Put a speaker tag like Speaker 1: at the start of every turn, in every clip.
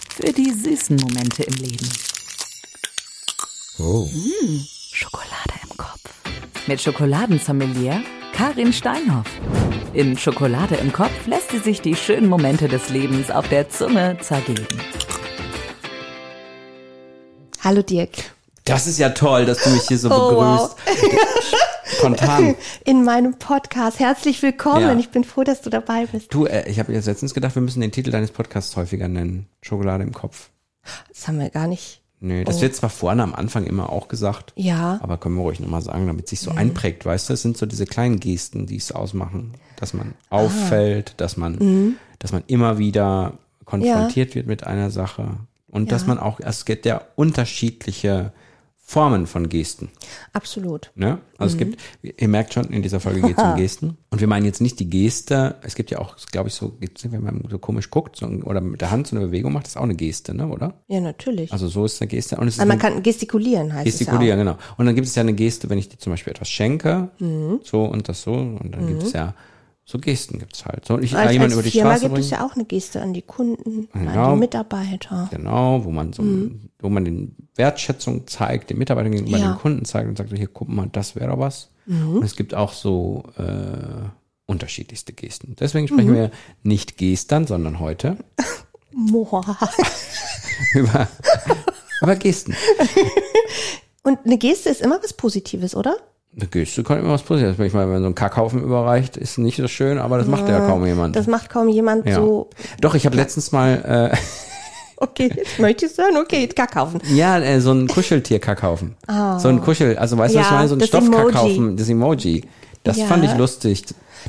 Speaker 1: Für die süßen Momente im Leben. Hm,
Speaker 2: Oh.
Speaker 1: Schokolade im Kopf. Mit Schokoladensommelier Karin Steinhoff. In Schokolade im Kopf lässt sie sich die schönen Momente des Lebens auf der Zunge zergeben.
Speaker 3: Hallo Dirk.
Speaker 2: Das ist ja toll, dass du mich hier so
Speaker 3: Oh,
Speaker 2: begrüßt. Spontan.
Speaker 3: In meinem Podcast. Herzlich willkommen.
Speaker 2: Ja.
Speaker 3: Ich bin froh, dass du dabei bist.
Speaker 2: Du, äh, ich habe jetzt letztens gedacht, wir müssen den Titel deines Podcasts häufiger nennen. Schokolade im Kopf.
Speaker 3: Das haben wir gar nicht.
Speaker 2: Nö, das wird zwar vorne am Anfang immer auch gesagt.
Speaker 3: Oh. Ja. Mhm.
Speaker 2: Aber können wir ruhig nochmal sagen, damit sich so einprägt, weißt du? Es sind so diese kleinen Gesten, die es ausmachen, dass man
Speaker 3: Ah.
Speaker 2: auffällt, dass man,
Speaker 3: Mhm.
Speaker 2: dass man immer wieder konfrontiert wird mit einer Sache. Und dass
Speaker 3: Ja.
Speaker 2: man auch, es gibt ja unterschiedliche Formen von Gesten.
Speaker 3: Absolut.
Speaker 2: Ne? Also
Speaker 3: Mhm.
Speaker 2: es gibt, ihr merkt schon, in dieser Folge geht es um Gesten. Und wir meinen jetzt nicht die Geste, es gibt ja auch, glaube ich, so, gibt's nicht, wenn man so komisch guckt so, oder mit der Hand so eine Bewegung macht, ist auch eine Geste, ne, oder?
Speaker 3: Ja, natürlich.
Speaker 2: Also so ist eine Geste. Und es ist
Speaker 3: Aber man
Speaker 2: eine
Speaker 3: kann gestikulieren, heißt
Speaker 2: Gestikulieren, genau. Und dann gibt es ja eine Geste, wenn ich dir zum Beispiel etwas schenke,
Speaker 3: Mhm.
Speaker 2: so und das so, und dann gibt es ja so Gesten gibt es halt. So, und
Speaker 3: es
Speaker 2: ich
Speaker 3: ja auch.
Speaker 2: da
Speaker 3: Mhm. Als, als
Speaker 2: jemanden über die
Speaker 3: Firma
Speaker 2: Straße
Speaker 3: gibt
Speaker 2: bringen.
Speaker 3: es ja auch eine Geste an die Kunden, an
Speaker 2: Genau.
Speaker 3: die Mitarbeiter.
Speaker 2: Genau, wo man so, wo man den Wertschätzung zeigt, den Mitarbeitern gegenüber,
Speaker 3: Mhm. Ja. Mhm.
Speaker 2: den Kunden zeigt und sagt, hier, guck mal, das wäre doch was. Und es gibt auch so äh, unterschiedlichste Gesten. Deswegen sprechen
Speaker 3: Mhm.
Speaker 2: wir nicht gestern, sondern heute
Speaker 3: Moa.
Speaker 2: über, über Gesten.
Speaker 3: Und eine Geste ist immer was Positives, oder?
Speaker 2: Eine Geste kann immer was Positives. Ich meine, wenn so ein Kackhaufen überreicht, ist nicht so schön, aber das macht ja kaum jemand.
Speaker 3: Das macht kaum jemand
Speaker 2: ja.
Speaker 3: so.
Speaker 2: Doch, ich habe letztens mal äh,
Speaker 3: Okay, jetzt möchte ich es hören. Okay, jetzt kaufen.
Speaker 2: Ja, äh, so ein Kuscheltier-Kackhaufen. So ein Kuschel, also weißt du, was ich
Speaker 3: Ah. Ja,
Speaker 2: meine? So ein
Speaker 3: das
Speaker 2: Stoffkackhaufen, das Emoji. Das
Speaker 3: Ja.
Speaker 2: fand ich lustig.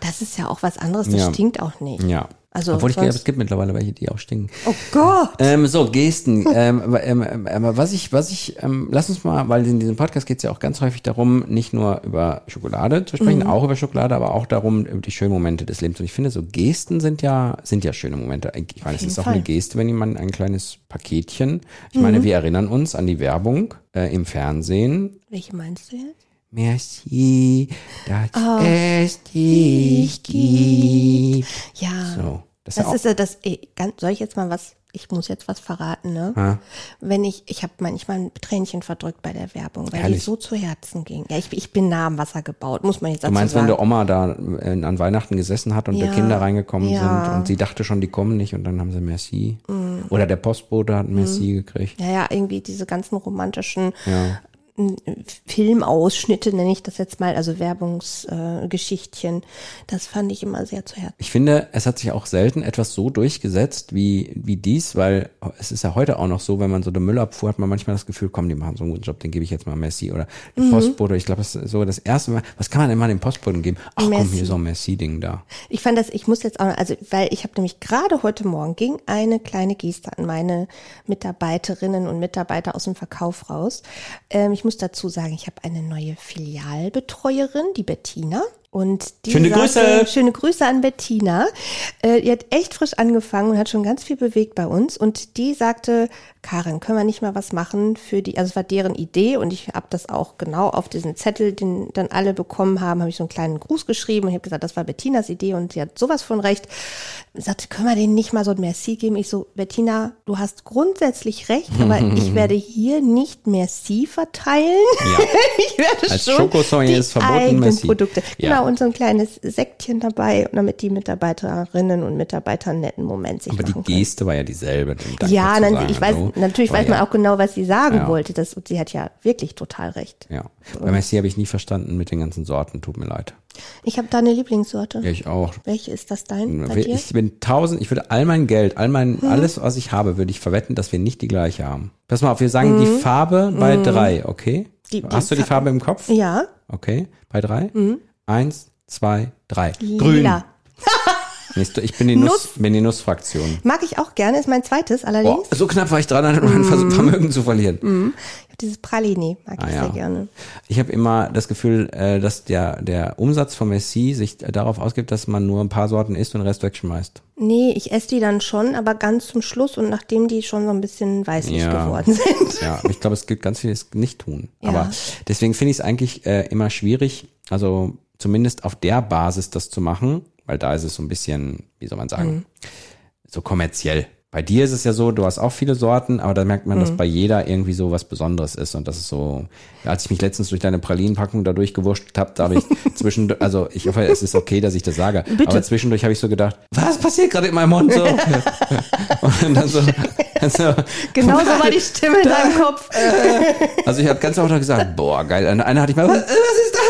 Speaker 3: Das ist ja auch was anderes. Das
Speaker 2: Ja.
Speaker 3: stinkt auch nicht.
Speaker 2: Ja.
Speaker 3: Also,
Speaker 2: Obwohl ich glaube,
Speaker 3: sonst-
Speaker 2: es gibt mittlerweile welche, die auch stinken.
Speaker 3: Oh Gott.
Speaker 2: Ähm, so, Gesten. ähm, aber, ähm, ähm, aber was ich, was ich, ähm, lass uns mal, weil in diesem Podcast geht es ja auch ganz häufig darum, nicht nur über Schokolade zu
Speaker 3: Mhm.
Speaker 2: sprechen, auch über Schokolade, aber auch darum, über die schönen Momente des Lebens. Und ich finde, so Gesten sind ja, sind ja schöne Momente. Ich meine, es ist auch
Speaker 3: Fall. Mhm.
Speaker 2: eine Geste, wenn jemand ein kleines Paketchen. Ich meine, wir erinnern uns an die Werbung äh, im Fernsehen,
Speaker 3: Welche meinst du jetzt?
Speaker 2: Merci, dass es dich gibt.
Speaker 3: Ja.
Speaker 2: So, das,
Speaker 3: Das
Speaker 2: ist
Speaker 3: ist ja das, eh, ganz, soll ich jetzt mal was, ich muss jetzt was verraten, ne? Wenn ich, ich habe manchmal ein Tränchen verdrückt bei der Werbung, weil
Speaker 2: Ehrlich?
Speaker 3: die so zu Herzen ging. Ja, ich, ich bin nah am Wasser gebaut, muss man jetzt dazu
Speaker 2: Du meinst,
Speaker 3: sagen.
Speaker 2: wenn der Oma da äh, an Weihnachten gesessen hat und
Speaker 3: Ja.
Speaker 2: die Kinder reingekommen
Speaker 3: Ja. Mhm.
Speaker 2: sind und sie dachte schon, die kommen nicht und dann haben sie Merci. Oder der Postbote hat ein Merci gekriegt.
Speaker 3: ja, ja, irgendwie diese ganzen romantischen
Speaker 2: Ja.
Speaker 3: m, Filmausschnitte, nenne ich das jetzt mal, also Werbungsgeschichtchen, äh, Geschichtchen. das fand ich immer sehr zu Herzen.
Speaker 2: Ich finde, es hat sich auch selten etwas so durchgesetzt wie, wie dies, weil es ist ja heute auch noch so, wenn man so eine Müllabfuhr hat, man manchmal das Gefühl, komm, die machen so einen guten Job, den gebe ich jetzt mal Messi oder den
Speaker 3: Mhm.
Speaker 2: Postbote. Ich glaube, das ist so das erste Mal. Was kann man denn mal dem Postboten geben? Ach komm,
Speaker 3: Messi.
Speaker 2: hier ist so ein Messi-Ding da.
Speaker 3: Ich fand das, ich muss jetzt auch noch, also weil ich habe nämlich gerade heute Morgen ging eine kleine Geste an meine Mitarbeiterinnen und Mitarbeiter aus dem Verkauf raus. Ähm, ich muss dazu sagen, ich habe eine neue Filialbetreuerin, die Bettina. Und die
Speaker 2: Schöne Grüße!
Speaker 3: Schöne Grüße an Bettina. Äh, die hat echt frisch angefangen und hat schon ganz viel bewegt bei uns. Und die sagte, Karin, können wir nicht mal was machen für die, also es war deren Idee und ich habe das auch genau auf diesen Zettel, den dann alle bekommen haben, habe ich so einen kleinen Gruß geschrieben und ich habe gesagt, das war Bettinas Idee und sie hat sowas von recht. Sagte, können wir denen nicht mal so ein Merci geben? Ich so, Bettina, du hast grundsätzlich recht, aber ich werde hier nicht Merci verteilen.
Speaker 2: Ja.
Speaker 3: ich werde
Speaker 2: Als
Speaker 3: schon
Speaker 2: Schokosommelier
Speaker 3: die
Speaker 2: ist verboten,
Speaker 3: eigenen
Speaker 2: Merci.
Speaker 3: Produkte.
Speaker 2: Ja.
Speaker 3: Genau, und so ein kleines Säckchen dabei, damit die Mitarbeiterinnen und Mitarbeiter einen netten Moment sich
Speaker 2: Aber die
Speaker 3: machen können.
Speaker 2: Geste war ja dieselbe. dem Danke
Speaker 3: Oh Ja,
Speaker 2: zu
Speaker 3: dann,
Speaker 2: sagen,
Speaker 3: ich weiß,
Speaker 2: so.
Speaker 3: natürlich
Speaker 2: Aber
Speaker 3: weiß man
Speaker 2: ja.
Speaker 3: auch genau, was sie sagen
Speaker 2: Ja.
Speaker 3: wollte. Das, und sie hat ja wirklich total recht.
Speaker 2: Ja, bei Messi habe ich nie verstanden mit den ganzen Sorten, tut mir leid.
Speaker 3: Ich habe da eine Lieblingssorte.
Speaker 2: Ja, ich auch.
Speaker 3: Welche ist das dein Hm. bei dir? Hm.
Speaker 2: Ich bin tausend, ich würde all mein Geld, all mein, alles, was ich habe, würde ich verwetten, dass wir nicht die gleiche haben. Pass mal auf, wir sagen die Farbe bei drei, okay?
Speaker 3: Hm. Die- die
Speaker 2: Hast du die Farbe im Kopf?
Speaker 3: ja, Hm.
Speaker 2: Okay, bei drei? Eins, zwei, drei.
Speaker 3: lila.
Speaker 2: Siehst du, Ich bin die, Nuss, bin die Nussfraktion.
Speaker 3: Mag ich auch gerne, ist mein zweites
Speaker 2: Boah,
Speaker 3: allerdings.
Speaker 2: so knapp war ich dran, an mein
Speaker 3: Hm.
Speaker 2: Vermögen zu verlieren.
Speaker 3: Ich hab Dieses Praline mag ich
Speaker 2: Ah, ja.
Speaker 3: sehr gerne.
Speaker 2: Ich habe immer das Gefühl, äh, dass der, der Umsatz von Messi sich äh, darauf ausgibt, dass man nur ein paar Sorten isst und den Rest wegschmeißt.
Speaker 3: Nee, ich esse die dann schon, aber ganz zum Schluss und nachdem die schon so ein bisschen weißlich
Speaker 2: Ja.
Speaker 3: geworden sind.
Speaker 2: Ja, aber ich glaube, es gibt ganz viele, die es nicht tun.
Speaker 3: Ja.
Speaker 2: Aber deswegen finde ich es eigentlich äh, immer schwierig, also zumindest auf der Basis das zu machen, weil da ist es so ein bisschen, wie soll man sagen, so kommerziell. Bei dir ist es ja so, du hast auch viele Sorten, aber da merkt man, dass bei jeder irgendwie so was Besonderes ist. Und das ist so, als ich mich letztens durch deine Pralinenpackung da durchgewurscht habe, da habe ich zwischendurch, also ich hoffe, es ist okay, dass ich das sage, aber zwischendurch habe ich so gedacht, was passiert gerade in meinem Mund? So. Und dann so, dann so
Speaker 3: Genauso war die Stimme in deinem Kopf.
Speaker 2: also ich habe ganz oft gesagt, boah, geil. Und Einer hatte ich mal, "Äh, was, was ist das?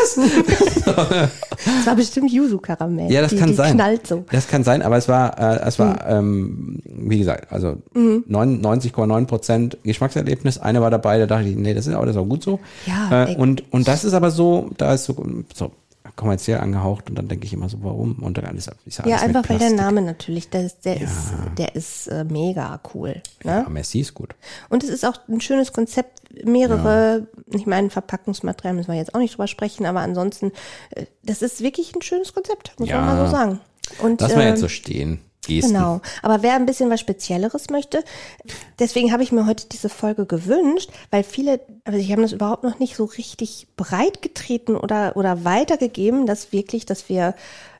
Speaker 3: Das war bestimmt Yuzu-Karamell.
Speaker 2: Ja, das
Speaker 3: die,
Speaker 2: kann
Speaker 3: die
Speaker 2: sein.
Speaker 3: knallt so. Mhm.
Speaker 2: Das kann sein, aber es war, äh, es war, ähm, wie gesagt, also 99,9 Prozent Geschmackserlebnis. Eine war dabei, da dachte ich, nee, das ist, aber das ist auch gut so.
Speaker 3: Ja,
Speaker 2: äh,
Speaker 3: ey.
Speaker 2: und, und das ist aber so, da ist so, so kommerziell angehaucht und dann denke ich immer so, warum? Und dann alles, ich sag,
Speaker 3: Ja,
Speaker 2: alles mit
Speaker 3: einfach weil der
Speaker 2: Plastik.
Speaker 3: Name natürlich, der ist, der ist, der ist äh, mega cool. Ne?
Speaker 2: Ja, Messi ist gut.
Speaker 3: Und es ist auch ein schönes Konzept, mehrere, ich meine, Verpackungsmaterial müssen wir jetzt auch nicht drüber sprechen, aber ansonsten, äh, das ist wirklich ein schönes Konzept, muss
Speaker 2: Ja.
Speaker 3: man mal so sagen. Und,
Speaker 2: Lass mal jetzt
Speaker 3: ähm,
Speaker 2: so stehen. Gesten.
Speaker 3: Genau. Aber wer ein bisschen was Spezielleres möchte, deswegen habe ich mir heute diese Folge gewünscht, weil viele, also ich habe das überhaupt noch nicht so richtig breit getreten oder, oder weitergegeben, dass wirklich, dass wir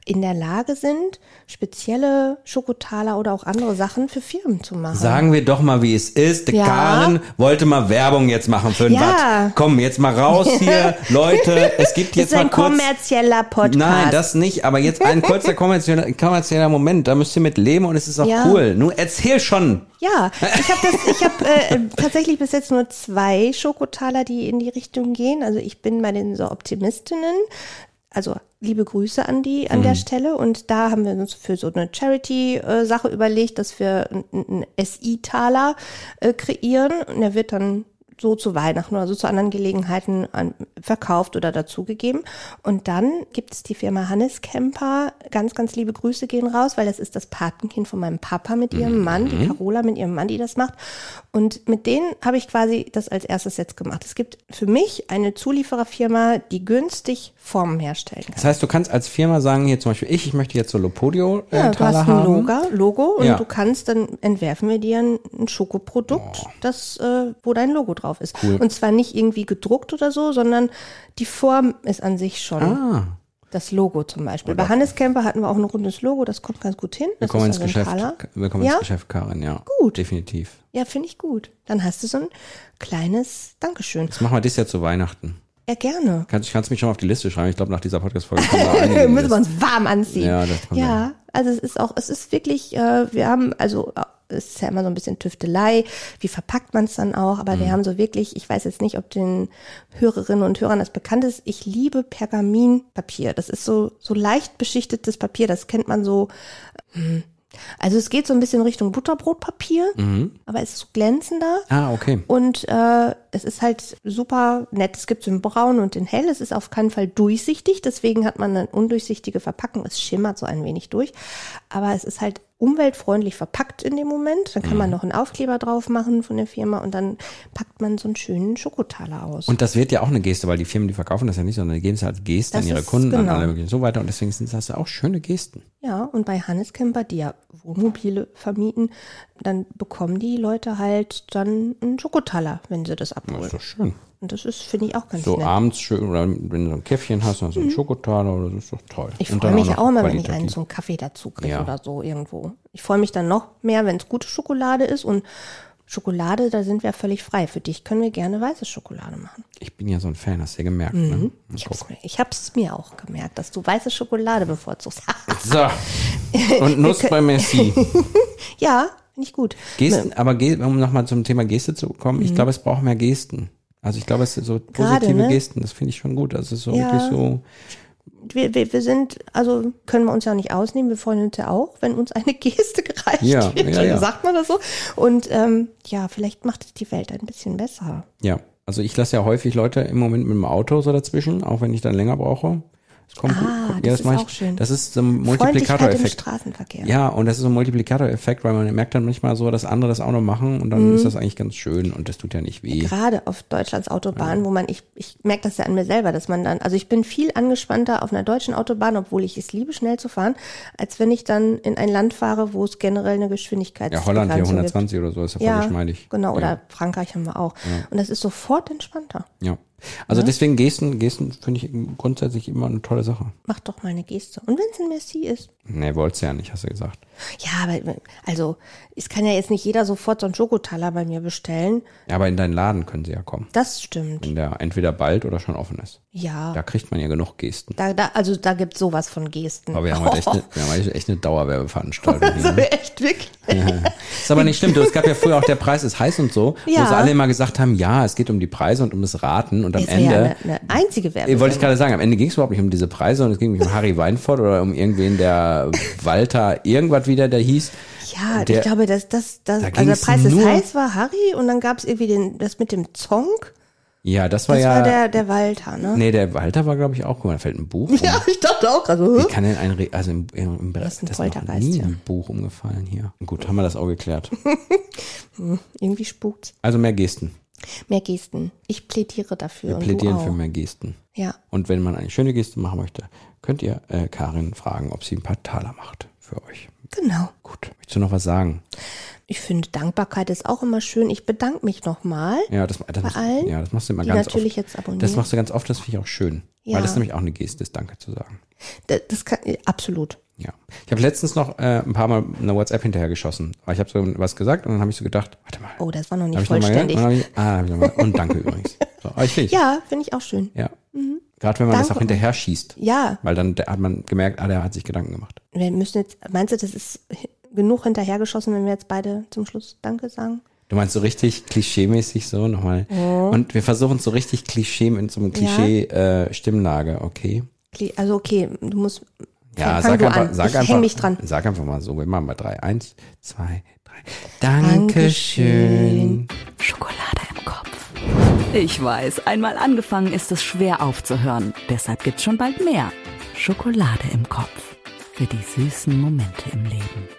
Speaker 3: in der Lage sind, spezielle Schokotaler oder auch andere Sachen für Firmen zu machen.
Speaker 2: Sagen wir doch mal, wie es ist. Die
Speaker 3: Ja.
Speaker 2: Karen wollte mal Werbung jetzt machen für ein
Speaker 3: Ja.
Speaker 2: Watt. Komm, jetzt mal raus hier, Leute. Es gibt
Speaker 3: das
Speaker 2: jetzt
Speaker 3: ist
Speaker 2: mal
Speaker 3: ein
Speaker 2: kurz.
Speaker 3: kommerzieller Podcast.
Speaker 2: Nein, das nicht, aber jetzt ein kurzer kommerzieller, kommerzieller Moment, da müsst ihr mit leben und es ist auch
Speaker 3: Ja.
Speaker 2: cool. Nun erzähl schon.
Speaker 3: Ja, ich habe das, ich habe äh, tatsächlich bis jetzt nur zwei Schokotaler, die in die Richtung gehen. Also ich bin bei den so Optimistinnen. Also liebe Grüße an die an der Stelle. Und da haben wir uns für so eine Charity-Sache überlegt, dass wir einen SI-Taler äh, kreieren. Und der wird dann so zu Weihnachten oder so zu anderen Gelegenheiten an, verkauft oder dazugegeben. Und dann gibt es die Firma Hannes Kemper. Ganz, ganz liebe Grüße gehen raus, weil das ist das Patenkind von meinem Papa mit ihrem Mann, die Carola mit ihrem Mann, die das macht. Und mit denen habe ich quasi das als erstes jetzt gemacht. Es gibt für mich eine Zuliefererfirma, die günstig Formen herstellen kann.
Speaker 2: Das heißt, du kannst als Firma sagen, hier zum Beispiel ich, ich möchte jetzt so Lopodio äh,
Speaker 3: Ja, du
Speaker 2: Taler
Speaker 3: hast ein
Speaker 2: haben.
Speaker 3: Logo, Logo und
Speaker 2: Ja.
Speaker 3: du kannst, dann entwerfen wir dir ein, ein Schokoprodukt,
Speaker 2: Oh.
Speaker 3: das, äh, wo dein Logo drauf ist. Und zwar nicht irgendwie gedruckt oder so, sondern die Form ist an sich schon
Speaker 2: Ah,
Speaker 3: das Logo zum Beispiel. Bei Hannes Kemper hatten wir auch ein rundes Logo, das kommt ganz gut hin. Das
Speaker 2: willkommen
Speaker 3: ist
Speaker 2: ins
Speaker 3: also ein
Speaker 2: Geschäft.
Speaker 3: Taler.
Speaker 2: Willkommen
Speaker 3: ja?
Speaker 2: ins Geschäft, Karin, ja.
Speaker 3: Gut.
Speaker 2: Definitiv.
Speaker 3: Ja, finde ich gut. Dann hast du so ein kleines Dankeschön.
Speaker 2: Das machen wir dieses Jahr zu Weihnachten.
Speaker 3: Ja, gerne.
Speaker 2: Kannst, kannst mich schon mal auf die Liste schreiben. Ich glaube, nach dieser Podcast-Folge kommen da einige.
Speaker 3: müssen wir uns warm anziehen.
Speaker 2: Ja, das kommt
Speaker 3: ja also es ist auch, es ist wirklich, äh, wir haben, also äh, es ist ja immer so ein bisschen Tüftelei, wie verpackt man es dann auch, aber
Speaker 2: Mhm.
Speaker 3: wir haben so wirklich, ich weiß jetzt nicht, ob den Hörerinnen und Hörern das bekannt ist, ich liebe Pergaminpapier. Das ist so, so leicht beschichtetes Papier, das kennt man so. hm. Also es geht so ein bisschen Richtung Butterbrotpapier,
Speaker 2: Mhm.
Speaker 3: aber es ist glänzender.
Speaker 2: Ah, okay.
Speaker 3: Und äh, es ist halt super nett. Es gibt in braun und in hell. Es ist auf keinen Fall durchsichtig. Deswegen hat man eine undurchsichtige Verpackung. Es schimmert so ein wenig durch. Aber es ist halt umweltfreundlich verpackt in dem Moment. Dann kann
Speaker 2: Mhm.
Speaker 3: man noch einen Aufkleber drauf machen von der Firma und dann packt man so einen schönen Schokotaler aus.
Speaker 2: Und das wird ja auch eine Geste, weil die Firmen, die verkaufen das ja nicht, sondern die geben es als Geste
Speaker 3: Das
Speaker 2: an ihre
Speaker 3: ist-
Speaker 2: Kunden,
Speaker 3: genau.
Speaker 2: an alle möglichen und so weiter. Und deswegen sind das ja auch schöne Gesten.
Speaker 3: Ja, und bei Hannes Kemper, die ja Wohnmobile vermieten, dann bekommen die Leute halt dann einen Schokotaler, wenn sie das abholen.
Speaker 2: Ist doch schön.
Speaker 3: Und das ist, finde ich, auch ganz
Speaker 2: So
Speaker 3: nett.
Speaker 2: abends schön, oder wenn du so ein Käffchen hast, dann so ein Schokotaler oder so, ist doch toll.
Speaker 3: Mhm. Ich
Speaker 2: Und
Speaker 3: freue
Speaker 2: dann
Speaker 3: mich ja
Speaker 2: noch
Speaker 3: auch immer, wenn ich
Speaker 2: qualitativ.
Speaker 3: einen so einen Kaffee dazu kriege
Speaker 2: Ja.
Speaker 3: oder so irgendwo. Ich freue mich dann noch mehr, wenn es gute Schokolade ist und Schokolade, da sind wir völlig frei. Für dich können wir gerne weiße Schokolade machen.
Speaker 2: Ich bin ja so ein Fan, hast du ja gemerkt, ne?
Speaker 3: Ich hab's, mir, ich hab's mir auch gemerkt, dass du weiße Schokolade bevorzugst.
Speaker 2: So. Und Nuss bei Messi.
Speaker 3: ja, finde ich gut.
Speaker 2: Gesten, aber Ge- um nochmal zum Thema Geste zu kommen, ich glaube, es braucht mehr Gesten. Also ich glaube, es sind so positive
Speaker 3: Mhm. Gerade, ne?
Speaker 2: Gesten, das finde ich schon gut. Das ist so
Speaker 3: Ja.
Speaker 2: wirklich so.
Speaker 3: Wir, wir, wir sind, also können wir uns ja nicht ausnehmen, wir freuen uns ja auch, wenn uns eine Geste gereicht
Speaker 2: Ja,
Speaker 3: wird.
Speaker 2: ja, ja.
Speaker 3: Sagt man das so? Und ähm, ja, vielleicht macht es die Welt ein bisschen besser.
Speaker 2: Ja, also ich lasse ja häufig Leute im Moment mit dem Auto so dazwischen, auch wenn ich dann länger brauche. Es kommt,
Speaker 3: Ah,
Speaker 2: kommt-
Speaker 3: das ist
Speaker 2: mach
Speaker 3: auch schön.
Speaker 2: Das ist so
Speaker 3: Freundlichkeit im
Speaker 2: ein Multiplikatoreffekt.
Speaker 3: Straßenverkehr.
Speaker 2: Ja, und das ist so ein Multiplikatoreffekt, weil man merkt dann manchmal so, dass andere das auch noch machen und
Speaker 3: Mhm.
Speaker 2: dann ist das eigentlich ganz schön und das tut ja nicht weh.
Speaker 3: gerade auf Deutschlands Autobahnen, wo man, ich, ich merke das ja an mir selber, dass man dann, also ich bin viel angespannter auf einer deutschen Autobahn, obwohl ich es liebe, schnell zu fahren, als wenn ich dann in ein Land fahre, wo es generell eine Geschwindigkeit
Speaker 2: Ja, Holland hier 120 oder so ist ja voll
Speaker 3: Ja,
Speaker 2: geschmeidig.
Speaker 3: genau, oder Frankreich haben wir auch. Und das ist sofort entspannter.
Speaker 2: Ja. ja. Also deswegen Gesten, Gesten finde ich grundsätzlich immer eine tolle Sache.
Speaker 3: Mach doch mal eine Geste. Und wenn es ein Merci ist.
Speaker 2: Nee, wollt's ja nicht, hast du gesagt.
Speaker 3: Ja, aber also, es kann ja jetzt nicht jeder sofort so einen Schokotaler bei mir bestellen.
Speaker 2: Ja, aber in deinen Laden können sie ja kommen.
Speaker 3: Das stimmt.
Speaker 2: Wenn der entweder bald oder schon offen ist.
Speaker 3: Ja.
Speaker 2: Da kriegt man ja genug Gesten.
Speaker 3: Da, da, also da gibt es sowas von Gesten.
Speaker 2: Aber wir haben halt echt eine, wir haben halt echt eine Dauerwerbeveranstaltung.
Speaker 3: so
Speaker 2: hier, ne?
Speaker 3: echt wirklich.
Speaker 2: Ist aber nicht schlimm. Du, es gab ja früher auch der Preis ist heiß und so, wo
Speaker 3: Ja.
Speaker 2: sie alle immer gesagt haben, ja, es geht um die Preise und um das Raten und am
Speaker 3: Das wäre
Speaker 2: Ende.
Speaker 3: ja eine, eine einzige Werbung.
Speaker 2: Äh, Wollte ich gerade sagen, am Ende ging es überhaupt nicht um diese Preise und es ging nicht um Harry Weinfurt oder um irgendwen, der Walter irgendwas wieder, der hieß.
Speaker 3: Ja,
Speaker 2: der,
Speaker 3: ich glaube, dass das, das also
Speaker 2: Da
Speaker 3: der
Speaker 2: ging's
Speaker 3: Preis ist
Speaker 2: nur-
Speaker 3: heiß war Harry und dann gab es irgendwie den, das mit dem Zong.
Speaker 2: Ja, das war
Speaker 3: Das
Speaker 2: ja.
Speaker 3: war der, der Walter, ne?
Speaker 2: nee, der Walter war, glaube ich, auch. Guck mal, da fällt ein Buch um.
Speaker 3: Ja, ich dachte auch gerade so.
Speaker 2: Wie
Speaker 3: hä?
Speaker 2: kann denn ein, Re also im, im, im das
Speaker 3: ist ein
Speaker 2: ist noch
Speaker 3: Poltergeist,
Speaker 2: nie
Speaker 3: ja.
Speaker 2: ein Buch umgefallen hier. Gut, haben wir das auch geklärt.
Speaker 3: Irgendwie spukt's.
Speaker 2: Also mehr Gesten.
Speaker 3: Mehr Gesten. Ich plädiere dafür.
Speaker 2: Wir
Speaker 3: und
Speaker 2: plädieren
Speaker 3: du auch.
Speaker 2: für mehr Gesten.
Speaker 3: Ja.
Speaker 2: Und wenn man eine schöne Geste machen möchte, könnt ihr äh, Karin fragen, ob sie ein paar Taler macht für euch.
Speaker 3: Genau.
Speaker 2: Gut, möchtest du noch was sagen?
Speaker 3: Ich finde, Dankbarkeit ist auch immer schön. Ich bedanke mich nochmal.
Speaker 2: Ja, das, das, machst,
Speaker 3: allen,
Speaker 2: ja, das machst du immer
Speaker 3: die
Speaker 2: ganz
Speaker 3: natürlich
Speaker 2: oft.
Speaker 3: jetzt abonnieren.
Speaker 2: Das machst du ganz oft, das finde ich auch schön.
Speaker 3: Ja.
Speaker 2: Weil das nämlich auch eine Geste ist, Danke zu sagen.
Speaker 3: Da- Das kann, absolut.
Speaker 2: Ja. Ich habe letztens noch äh, ein paar Mal eine WhatsApp hinterher geschossen. Aber ich habe so was gesagt und dann habe ich so gedacht, warte mal.
Speaker 3: Oh, das war noch
Speaker 2: Hab
Speaker 3: nicht
Speaker 2: ich noch mal
Speaker 3: vollständig.
Speaker 2: gehört? Und, dann hab ich, ah, hab ich noch mal, und danke übrigens. So, aber ich finde,
Speaker 3: Ja, finde ich auch schön.
Speaker 2: ja. Gerade wenn man das
Speaker 3: Danke.
Speaker 2: auch hinterher schießt.
Speaker 3: Ja,
Speaker 2: Weil dann hat man gemerkt, ah, der hat sich Gedanken gemacht.
Speaker 3: wir müssen jetzt, meinst du, das ist hi- genug hinterhergeschossen, wenn wir jetzt beide zum Schluss Danke sagen?
Speaker 2: Du meinst so richtig klischeemäßig so nochmal. Und wir versuchen so richtig Klischee in so einem Klischee äh, Stimmlage, okay?
Speaker 3: Kli- Also okay, du musst,
Speaker 2: Ja,
Speaker 3: fang
Speaker 2: sag
Speaker 3: du
Speaker 2: einfach,
Speaker 3: an.
Speaker 2: sag
Speaker 3: ich
Speaker 2: einfach,
Speaker 3: häng mich dran.
Speaker 2: sag einfach mal so. Wir machen mal drei. Eins, zwei, drei. Dankeschön.
Speaker 1: Schokolade im Kopf. Ich weiß, einmal angefangen ist es schwer aufzuhören. Deshalb gibt's schon bald mehr. Schokolade im Kopf. Für die süßen Momente im Leben.